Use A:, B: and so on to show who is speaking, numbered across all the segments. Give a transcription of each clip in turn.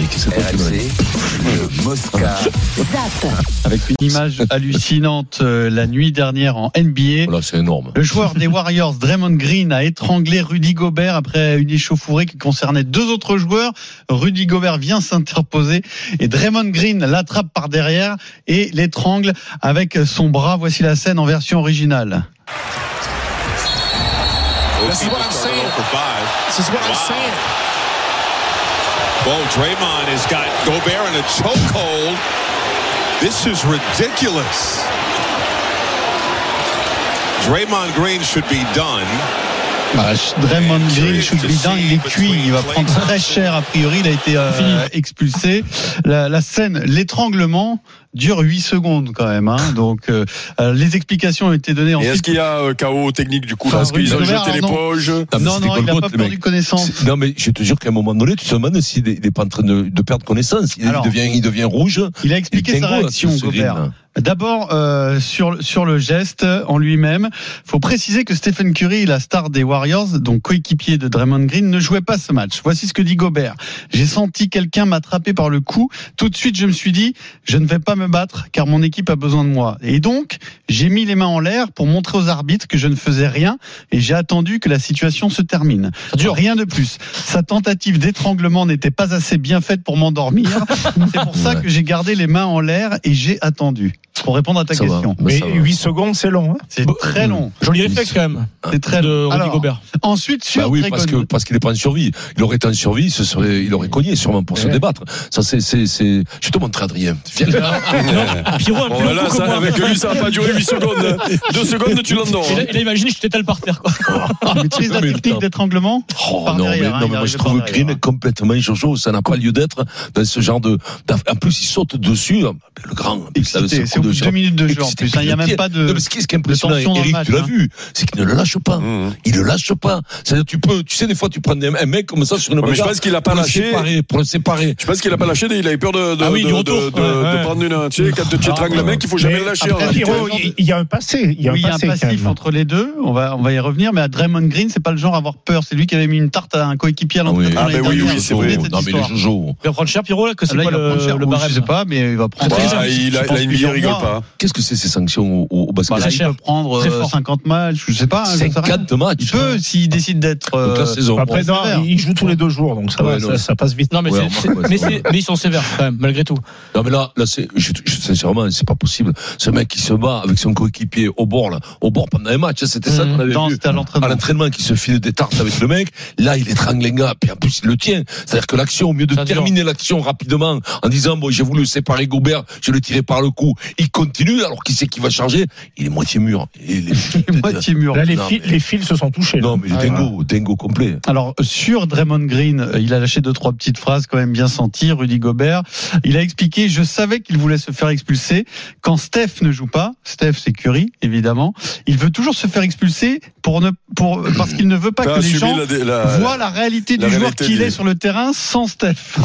A: RMC, le Mosca.
B: Zap.
C: Avec une image hallucinante euh, la nuit dernière en NBA.
D: Voilà, Oh c'est énorme.
C: Le joueur des Warriors, Draymond Green, a étranglé Rudy Gobert après une échauffourée qui concernait deux autres joueurs. Rudy Gobert vient s'interposer et Draymond Green l'attrape par derrière et l'étrangle avec son bras. Voici la scène en version originale.
E: This is what I'm saying. This is what I'm saying.
F: Whoa, Draymond has got Gobert in a chokehold. This is ridiculous. Draymond Green should be done.
C: Bah, Draymond Green, should be done, il est cuit, il va prendre très cher a priori, il a été euh, expulsé. La, la scène, l'étranglement dure 8 secondes quand même. Hein. Donc euh, euh, les explications ont été données
G: Et est-ce
C: ensuite.
G: qu'il y a euh, KO technique du coup là
C: Enfin,
G: Est-ce qu'ils ont
C: Rudy
G: jeté
C: Gobert,
G: les
C: non.
G: poches
D: Ah, mais
C: Non,
D: c'était
C: non,
D: pas
C: il
D: le
C: n'a
D: vote,
C: pas
D: le
C: perdu
D: mec.
C: connaissance.
D: C'est- Non mais je te jure qu'à un moment donné, tu te demandes s'il est- il est pas en train de, de perdre connaissance. Il,
C: Alors,
D: devient, il devient rouge.
C: Il a
D: Il
C: expliqué
D: est
C: sa
D: dingo, là,
C: réaction,
D: ce
C: Gobert.
D: Green.
C: D'abord euh, sur sur le geste en lui-même, faut préciser que Stephen Curry, la star des Warriors, donc coéquipier de Draymond Green, ne jouait pas ce match. Voici ce que dit Gobert. J'ai senti quelqu'un m'attraper par le cou. Tout de suite, je me suis dit, je ne vais pas me battre car mon équipe a besoin de moi. Et donc, j'ai mis les mains en l'air pour montrer aux arbitres que je ne faisais rien et j'ai attendu que la situation se termine. Rien de plus. Sa tentative d'étranglement n'était pas assez bien faite pour m'endormir. C'est pour ça
D: Ouais.
C: que j'ai gardé les mains en l'air et j'ai attendu. Pour répondre à ta
D: Ça va.
C: question,
D: Mais
H: Mais
D: ça va.
H: 8 secondes, c'est long. Hein.
C: c'est très long.
H: Joli réflexe quand même
C: C'est très
H: de
C: long.
H: Rudy
C: Alors,
H: Gobert.
C: Ensuite, sur
D: Bah oui,
C: Draymond-
D: parce que parce qu'il n'est pas en survie. Il aurait été en survie, ce serait, il aurait cogné sûrement pour se
H: Ouais.
D: débattre. Ça c'est c'est c'est. Je te montre Adrien. Viens.
H: Pierrot a
G: Bon,
H: plus
G: bah,
H: long
G: là,
H: coup que
G: ça,
H: moi.
G: avec lui, ça n'a pas duré 8 secondes. 2 secondes, tu l'endors. hein.
H: Et là, il a imaginé, je t'étale par terre. Quoi.
C: tu utilises la
D: Mais
C: technique
D: putain.
C: d'étranglement
D: Oh
C: Par
D: non,
C: derrière, hein,
D: mais, non,
C: il
D: mais moi
C: arrive
D: je
C: par
D: trouve
C: derrière.
D: Green complètement Jojo, ça n'a pas lieu d'être dans ce genre de. d'aff- En plus, il saute dessus, Ah, le grand. en plus, là, ce
C: Excité. C'est
D: coup
C: au bout de
D: jeu.
C: deux minutes de jeu en
D: Excité,
C: plus. hein. Il n'y a
D: puis
C: même
D: le
C: pas
D: tir.
C: de.
D: Non, mais ce qui est impressionnant,
C: tension dans le
D: Eric,
C: match,
D: tu l'as
C: hein.
D: vu, c'est qu'il ne le lâche pas.
G: Mmh.
D: Il ne le lâche pas. C'est-à-dire, tu peux, tu sais, des fois, tu prends un un mec comme ça sur une
G: Ouais, mais je
D: bagarre
G: pense qu'il a pas
D: pour le
G: lâché.
D: séparer, pour le séparer.
G: Je pense qu'il a pas lâché, il avait peur de, de,
H: Ah oui,
G: de,
H: du
G: de-
H: retour.
G: de-
H: Ouais,
G: de
H: ouais.
G: prendre une. Tu sais, quand tu étrangles le mec, il faut jamais le lâcher. hein.
H: Après,
G: en réalité.
H: Pierrot, il il y a un passé. Il y a
C: Oui, il y
H: un
C: a un
H: passé. quand
C: passif
H: même.
C: entre les deux. On va, on va y revenir. Mais à Draymond Green, c'est pas le genre à avoir peur. C'est lui qui avait mis une tarte à un coéquipier à
D: Ah oui,
C: l'entraînement.
G: Ah,
C: l'année
G: ben oui,
C: dernière.
G: oui,
C: Vous
G: c'est
C: vous
G: vrai.
C: souvenez de
D: Non,
C: cette
D: mais les
C: histoire
D: Jojo.
H: Il va prendre cher, Pierrot, là, que c'est
C: Là,
H: pas
C: il va
H: le,
C: prendre cher.
H: le
C: Ou
H: barème.
C: Je sais pas, mais il va prendre.
G: Bah,
H: Très gentil.
G: il a,
C: Je pense
G: il
C: plusieurs
G: rigole
C: mois.
G: pas. hein.
D: Qu'est-ce que c'est ces sanctions au, au basket
C: Bah, là,
H: très
C: il
H: cher.
C: peut prendre
H: Très
C: euh,
H: fort.
C: 50 matchs, je sais pas. hein, j'en sais rien.
D: 50
C: Il
D: matchs.
C: peut s'il décide d'être. euh,
D: toute la saison.
H: Après,
C: Bon,
H: non,
C: sévère.
H: il joue tous les deux jours, donc ça,
D: Ouais,
H: va,
D: non,
H: ça, ça passe vite.
I: Non, mais,
D: Ouais,
I: c'est-
D: on marque,
I: c'est-
D: ouais,
I: mais,
D: c'est
I: c'est- mais ils sont sévères quand même, malgré tout.
D: Non mais là, là c'est, je, je- sincèrement, c'est pas possible. Ce mec qui se bat avec son coéquipier au bord, là, au bord pendant les matchs, hein, c'était ça qu'on avait
C: non,
D: vu.
C: c'était à l'entraînement.
D: À l'entraînement, qui se file des tartes avec le mec. Là, il étrangle un gars, puis en plus, il le tient. C'est-à-dire que l'action, au mieux de
I: Ça dure.
D: terminer l'action rapidement, en disant, bon, j'ai voulu séparer Gobert, je le tirais par le cou. Il continue, alors qui sait qui va charger? Il est moitié mur. Il est
C: Moitié Ah, mur.
H: Là, les,
D: Non,
H: fils,
D: mais-
H: les fils se sont touchés. là.
D: Non, mais il est dingo, dingo complet.
C: Alors sur Draymond Green, euh, il a lâché deux trois petites phrases quand même bien senties. Rudy Gobert, il a expliqué je savais qu'il voulait se faire expulser quand Steph ne joue pas. Steph c'est Curry évidemment. Il veut toujours se faire expulser pour ne pour parce qu'il ne veut pas
G: T'as
C: que les
G: assumé
C: gens
G: la dé- la-
C: voient la réalité
G: la
C: du joueur
G: réalité
C: qu'il
G: du- Ah
C: est sur le terrain sans Steph.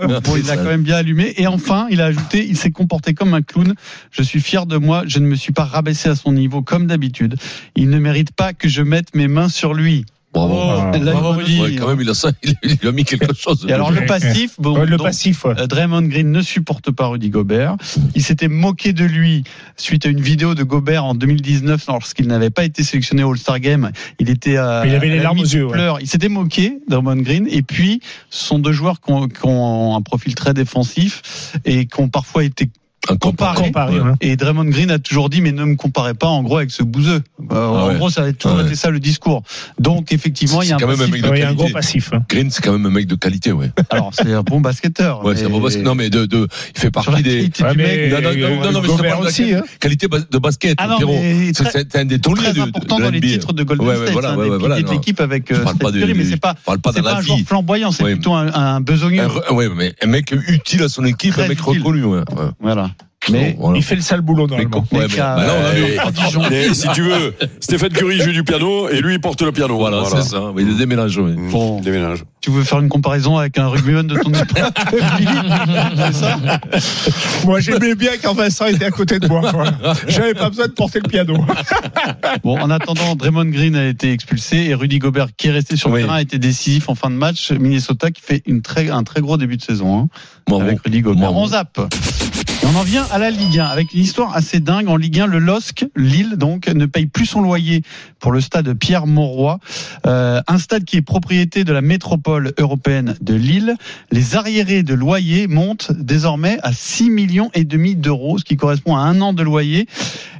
C: Donc, bon, il
D: C'est
C: a
D: ça.
C: quand même bien allumé. Et enfin, il a ajouté il s'est comporté comme un clown. Je suis fier de moi. Je ne me suis pas rabaissé à son niveau comme d'habitude. Il ne mérite pas que je mette mes mains sur lui.
D: Bravo.
H: Ah,
C: Là,
H: bravo,
C: il
H: Rudy.
C: dit-
D: Ouais, quand même, il a ça, il, il a mis quelque chose.
C: Et alors le passif, bon,
H: Ouais, le
C: donc,
H: passif, ouais.
C: euh, Draymond Green ne supporte pas Rudy Gobert. Il s'était moqué de lui suite à une vidéo de Gobert en 2019 lorsqu'il n'avait pas été sélectionné au All-Star Game. Il était à,
H: Il avait les
C: à la
H: larmes
C: limite
H: aux yeux,
C: de
H: ouais.
C: pleurs. Il s'était moqué, Draymond Green. Et puis, ce sont deux joueurs qui ont, qui ont un profil très défensif et qui ont parfois été comparé. hein.
H: Comparé, ouais.
C: Et Draymond Green a toujours dit, mais ne me comparez pas en gros avec ce bouseux. Euh,
D: Ah ouais.
C: En gros, ça a toujours
D: Ah ouais.
C: été ça le discours. Donc effectivement, il y a un,
D: C'est quand même un
C: passif-
D: mec de
H: Ouais, il y a un
D: qualité.
H: gros passif. hein.
D: Green, c'est quand même un mec de qualité, ouais.
C: Alors c'est un bon basketteur.
D: Ouais, c'est un
C: Oh, mais-
D: bon basket. Non, mais de, de, il fait
C: Sur la
D: partie des
C: qualité
H: Ouais,
C: du mec,
H: mais-
D: Non, non, non, non, non, mais je te
H: Gobert
D: parle de la
H: aussi, hein.
D: qualités bas- de basket,
C: Ah non,
D: Pierrot.
C: mais
D: C'est-
C: très-
D: C'est un des
C: très
D: tourniers de, de,
C: important
D: de
C: dans les
D: NBA.
C: titres de Golden
D: Ouais, ouais,
C: State,
D: voilà,
C: un
D: ouais,
C: des
D: ouais,
C: piliers
D: voilà,
C: de
D: non.
C: l'équipe avec
D: Je
C: euh,
D: parle pas
C: Steph
D: de-
C: Curry, mais
D: de-
C: c'est pas,
D: je parle pas
C: c'est
D: d'un
C: pas un
D: avis.
C: joueur flamboyant, c'est
D: Ouais.
C: plutôt un, un
D: Un
C: besogneux.
D: re- ouais, mais un mec utile à son équipe,
C: Très
D: un mec
C: utile.
D: reconnu, ouais. ouais.
C: Voilà.
D: Bon, voilà.
H: Il fait le sale boulot
D: Mais
H: normalement.
D: com- ouais,
C: mec
D: mais-
C: a-
D: bah
G: euh,
D: non, on a
G: Eh,
D: vu.
G: Mais si tu veux, Stéphane Curie joue du piano et lui il porte le piano. Mm.
D: Voilà, c'est ça. Mais il déménage, ouais.
C: Bon,
G: Déménage.
C: tu veux faire une comparaison avec un rugbyman de ton époque C'est ça
H: Moi, j'aimais bien quand Vincent était à côté de moi. quoi. J'avais pas besoin de porter le piano.
C: Bon, en attendant, Draymond Green a été expulsé et Rudy Gobert, qui est resté sur le
D: Oui.
C: terrain, a été décisif en fin de match. Minnesota qui fait une très, un très gros début de saison hein,
D: Bon,
C: avec
D: bon.
C: Rudy Gobert.
D: Bravo.
C: On zappe. Et on en vient à la Ligue 1 avec une histoire assez dingue. En Ligue 1, le LOSC, Lille, donc, ne paye plus son loyer pour le stade Pierre Mauroy, Euh, un stade qui est propriété de la métropole européenne de Lille. Les arriérés de loyer montent désormais à 6 millions et demi d'euros, ce qui correspond à un an de loyer.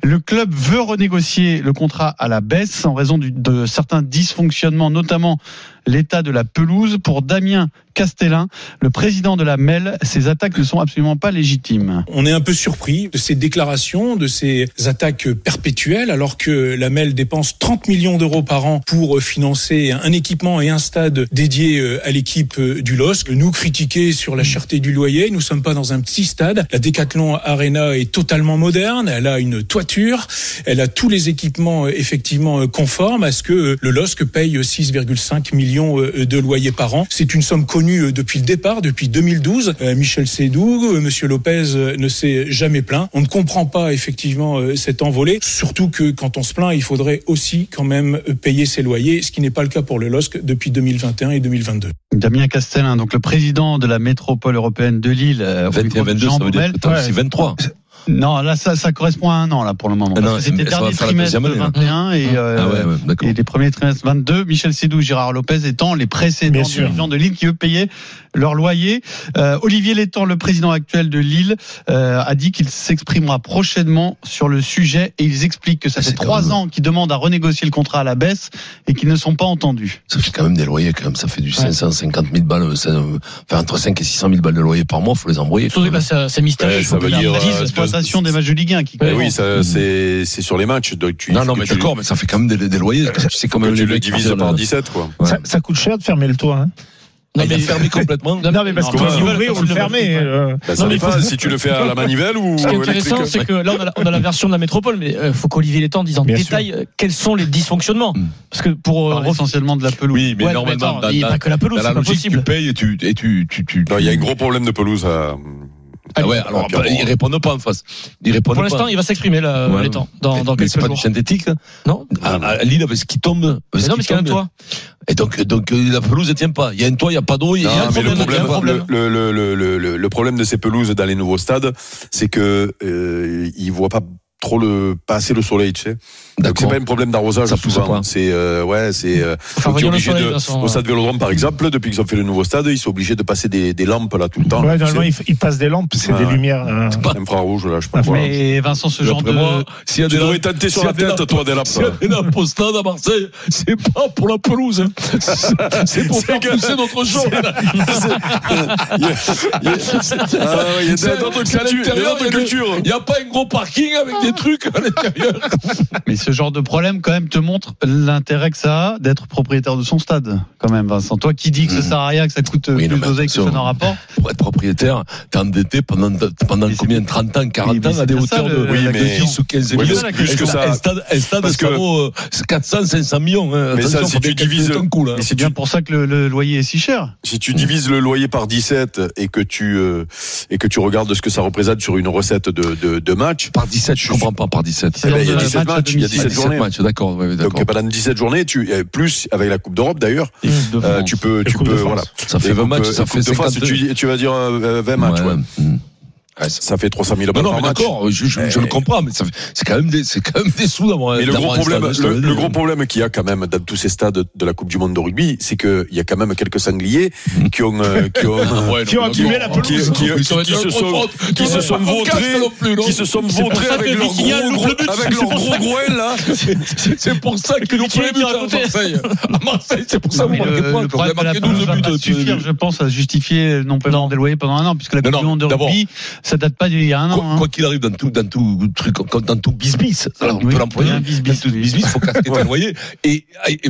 C: Le club veut renégocier le contrat à la baisse en raison du- de certains dysfonctionnements, notamment l'état de la pelouse. Pour Damien Castellin, le président de la MEL, ces attaques ne sont absolument pas légitimes.
J: On est un peu surpris de ces déclarations, de ces attaques perpétuelles, alors que la MEL dépense 30 millions d'euros par an pour financer un équipement et un stade dédié à l'équipe du LOSC. Nous critiquer sur la cherté du loyer, nous sommes pas dans un petit stade. La Decathlon Arena est totalement moderne, elle a une toiture, elle a tous les équipements euh, effectivement euh, conformes à ce que euh, le LOSC paye euh, 6,5 millions euh, de loyers par an. C'est une somme connue euh, depuis le départ, depuis 2012. Euh, Michel Sédou, euh, Monsieur Lopez euh, ne s'est jamais plaint. On ne comprend pas effectivement euh, cette envolée, surtout que quand on se plaint, il faudrait aussi quand même euh, payer ses loyers, ce qui n'est pas le cas pour le LOSC depuis 2021 et 2022.
C: Damien Castellin, donc le président de la métropole européenne de Lille, euh, au
D: 21
C: micro de
D: 22,
C: Jean
D: ça veut dire
C: Baumel.
D: que t'as aussi 23.
C: Non, là, ça, ça correspond à un an, là, pour le moment.
D: Ah
C: Parce
D: non,
C: que c'était
D: mais ça va
C: dernier
D: faire la
C: trimestre
D: deuxième année, là.
C: 21 et, euh,
D: Ah ouais, ouais, d'accord.
C: et les premiers trimestres 22. Michel Sédou, Gérard Lopez étant les précédents
H: Bien sûr.
C: dirigeants de Lille qui, eux, payaient leur loyer. Euh, Olivier Létang, le président actuel de Lille, euh, a dit qu'il s'exprimera prochainement sur le sujet et ils expliquent que ça
D: Ah,
C: fait
D: c'est
C: trois
D: énorme.
C: ans qu'ils demandent à renégocier le contrat à la baisse et qu'ils ne sont pas entendus.
D: Ça fait quand même des loyers, quand même. Ça fait du 550 000 balles, euh, ça, euh, enfin, entre 5 et 600 000 balles de loyer par mois, faut les embrouiller.
I: Surtout
D: quand
I: que là,
D: même.
I: c'est c'est mystérieux.
G: Ouais,
I: Il faut
G: ça veut
I: que la
G: dire,
I: dise.
G: euh,
C: Exploitation des matchs de Ligue 1 qui
G: Ben oui, ça, c'est c'est sur les matchs. donc tu-
D: Non, non,
G: que
D: mais
G: tu-
D: d'accord, mais ça fait quand même des, des loyers. parce que Tu sais quand
G: que
D: même
G: tu
D: les
G: le
D: mecs qui
G: divises
D: font
G: par
D: le-
G: 17, quoi.
D: Ouais.
H: Ça, ça coûte cher de fermer le toit. hein.
D: Ah, il a fermé complètement.
H: Non, mais parce
G: non,
H: qu'on
G: mais-
H: va l'ouvrir, on
I: Parce
H: le
I: que-
H: fermait. euh.
G: Bah, ça
I: Non, mais il
G: dépend
I: faut-
G: si tu le fais à la manivelle ou
I: Ce qui est
G: électrique.
I: intéressant, c'est que là, on a, la, on a la version de la métropole, mais euh, faut qu'Olivier Létang dise en
H: Bien
I: détail euh, quels sont les dysfonctionnements.
D: Mm.
I: Parce que pour. euh,
C: parle essentiellement de la pelouse.
D: Oui, mais
I: ouais,
D: normalement,
I: attends,
D: dans-
I: il n'y a
D: dans-
I: pas que la pelouse,
D: dans la
I: c'est pas
D: logique, tu
I: possible.
D: payes et tu, et tu, tu, tu-
G: Non, il y a un gros problème de pelouse à.
D: Ah ouais, alors,
G: Pierre
D: bah,
G: Morin.
D: ils répondent pas en face. Ils répondent
I: Pour
D: pas.
I: l'instant, il va s'exprimer, là,
D: Ouais.
I: Létang, dans, dans
D: mais c'est
I: quelques
D: pas du
I: jours. Ah
D: synthétique. là.
I: Non
D: À, à Lille, parce qu'il tombe.
I: Mais non, mais c'est quand même toi.
D: Et donc, donc euh, la pelouse ne tient pas. Il y a un toit, il n'y a pas d'eau. Il y a
G: Non,
D: un
G: mais le
D: problème, il y a
G: problème,
D: un problème.
G: Le, le- le- le- le- le problème de ces pelouses dans les nouveaux stades, c'est que euh, ils voient pas trop le pas assez le soleil, tu sais. Donc c'est
D: D'accord.
G: pas un problème d'arrosage
D: Ça pousse
G: souvent.
D: pas.
G: C'est euh, ouais, c'est euh,
I: Enfin,
G: donc, t'es
I: voyons le
G: obligé
I: soleil,
G: de-
I: Vincent. euh.
G: au stade Vélodrome par exemple, depuis qu'ils ont fait le nouveau stade, ils sont obligés de passer des, des lampes là tout le temps.
H: Ouais,
G: tu
H: normalement,
G: sais.
H: il, f- il passe des lampes, c'est
G: Ouais,
H: des
G: ouais.
H: lumières. euh,
G: Infrarouge là, je sais
I: euh, Ah,
G: pas quoi.
C: Mais Vincent, ce
D: Puis
C: genre
D: après,
C: de...
D: moi, s'il y a
G: euh, Tu
D: des
G: devrais
D: lampes-
G: tenter sur
D: s'il y
G: la
D: a des
G: tête,
D: lampes-
G: toi, des lampes.
D: S'il y a des lampes au stade à Marseille, c'est pas pour la pelouse. hein. C'est- C'est pour faire pousser notre show.
G: Il y a- il y a- Ah ouais, il y a
D: C'est-
G: d'autres
D: c'est à
G: cultures, il y a
D: l'intérieur,
G: d'autres cultures.
D: Il n'y a pas un gros parking avec des trucs à l'intérieur.
C: Mais ce genre de problème, quand même, te montre l'intérêt que ça a d'être propriétaire de son stade, quand même, Vincent. Toi qui dis que ça sert à rien, que ça coûte euh,
D: Mhm. Oui, non,
C: plus
D: mais
C: d'oseille que ça
D: attention.
C: n'en rapporte.
D: Pour être propriétaire, t'es endetté pendant, pendant
C: Mais c'est-
D: combien 30 ans, 40
C: Oui, mais
D: ans à des
C: c'est bien
D: hauteurs
C: ça,
D: de
C: le-
G: Oui, la mais- question.
D: 10 ou 15
G: Oui,
D: millions.
G: mais c'est plus que ça.
D: Un stade, un stade
G: Parce
D: ça
G: que-
D: vaut euh, 400, 500 millions. hein.
G: Mais ça,
D: Attention,
G: si
D: faut
G: tu
D: bien calculer
G: divises-
D: ton coût, là.
G: Mais
C: C'est bien pour ça que le, le loyer est si cher.
G: Si tu divises le loyer par 17 et que tu euh, et que tu regardes ce que ça représente sur une recette de de, de match,
D: Par 17, je comprends pas, par 17.
G: eh ben, il y a
C: Match à
G: 17 matchs, il y a
C: domicile.
G: 17 journées.
D: matchs, d'accord. ouais, ouais,
G: Donc
D: d'accord.
G: pendant 17 journées, tu euh, plus avec la Coupe d'Europe d'ailleurs, euh, tu peux tu
H: Coupe de
G: peux
H: France.
G: voilà.
D: Ça fait
G: Et
D: 20
G: coupe,
D: matchs,
G: euh,
D: ça fait
G: coupe de France,
D: 52.
G: tu, tu vas dire euh, 20 matchs.
D: Ouais,
G: ouais.
D: mm.
G: Ouais, ça... ça fait 300 000 euros.
D: Non, non, mais d'accord, je, je, je, le comprends, mais fait... c'est quand même des, c'est quand même des sous d'avoir. hein,
G: Mais le gros problème, stade, le, le, gros problème qu'il y a quand même dans tous ces stades de la Coupe du Monde de rugby, c'est qu'il y a quand même quelques sangliers qui ont, euh, qui ont,
H: ouais, qui ont abîmé la pelouse,
G: qui, qui, qui, se sont, qui se sont vautrés, qui se sont vautrés avec leur gros, avec leur gros hein. groël là.
D: C'est pour ça que nous pouvons buts à Marseille. À Marseille, c'est pour ça que vous marquez pas. hein, Vous avez marqué 12 buts.
C: Suffire, je pense, à justifier non paiement des loyers pendant un an, puisque la Coupe du Monde de rugby ça date pas d'il y a un
D: an. Quoi qu'il arrive, dans tout, dans tout truc, dans tout bisbis,
C: hein.
D: on peut l'employer. Dans tout bisbis, faut casser tes loyers et,
I: et,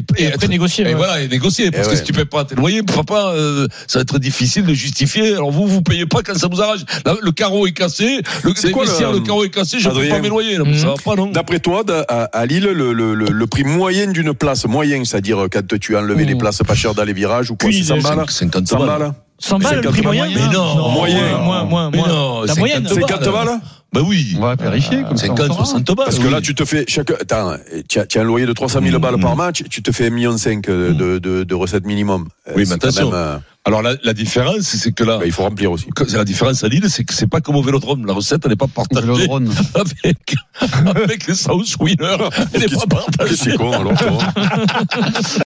I: négocier. euh,
D: Et voilà, et négocier. Parce que si tu payes pas tes loyers, papa, ça va être difficile de justifier. Alors vous, vous payez pas quand ça vous arrange. Le carreau est cassé. Le quoi le carreau est cassé. Je peux pas mes loyers. Ça va pas, non?
G: D'après toi, à Lille, le prix moyen d'une place, moyen, c'est-à-dire euh, quand tu as
D: Mmh.
G: enlevé les places pas chères dans les virages ou quoi, c'est 100 balles?
D: 50 euh, balles.
I: 100 balles, le prix moyen
D: Mais non, non
G: moyen.
I: Moins, moins, moins.
D: non,
I: la moyenne.
G: 50 balles
D: bah oui.
C: On va vérifier comme
D: 50, ça. 60 balles.
G: Parce que là, tu te fais chaque, attends, tu as, un loyer de 300
D: Mmh.
G: 000 balles par match, tu te fais 1,5 million euh, de, de, de, recettes minimum. Euh,
D: Oui, mais attention. Alors la, la différence, c'est que là,
G: bah, il faut remplir aussi.
D: C'est la différence à Lille, c'est que c'est pas comme au Vélodrome, la recette elle n'est pas partagée Vélodrome. avec avec les South Winner. Elle n'est pas partagée.
G: C'est con alors.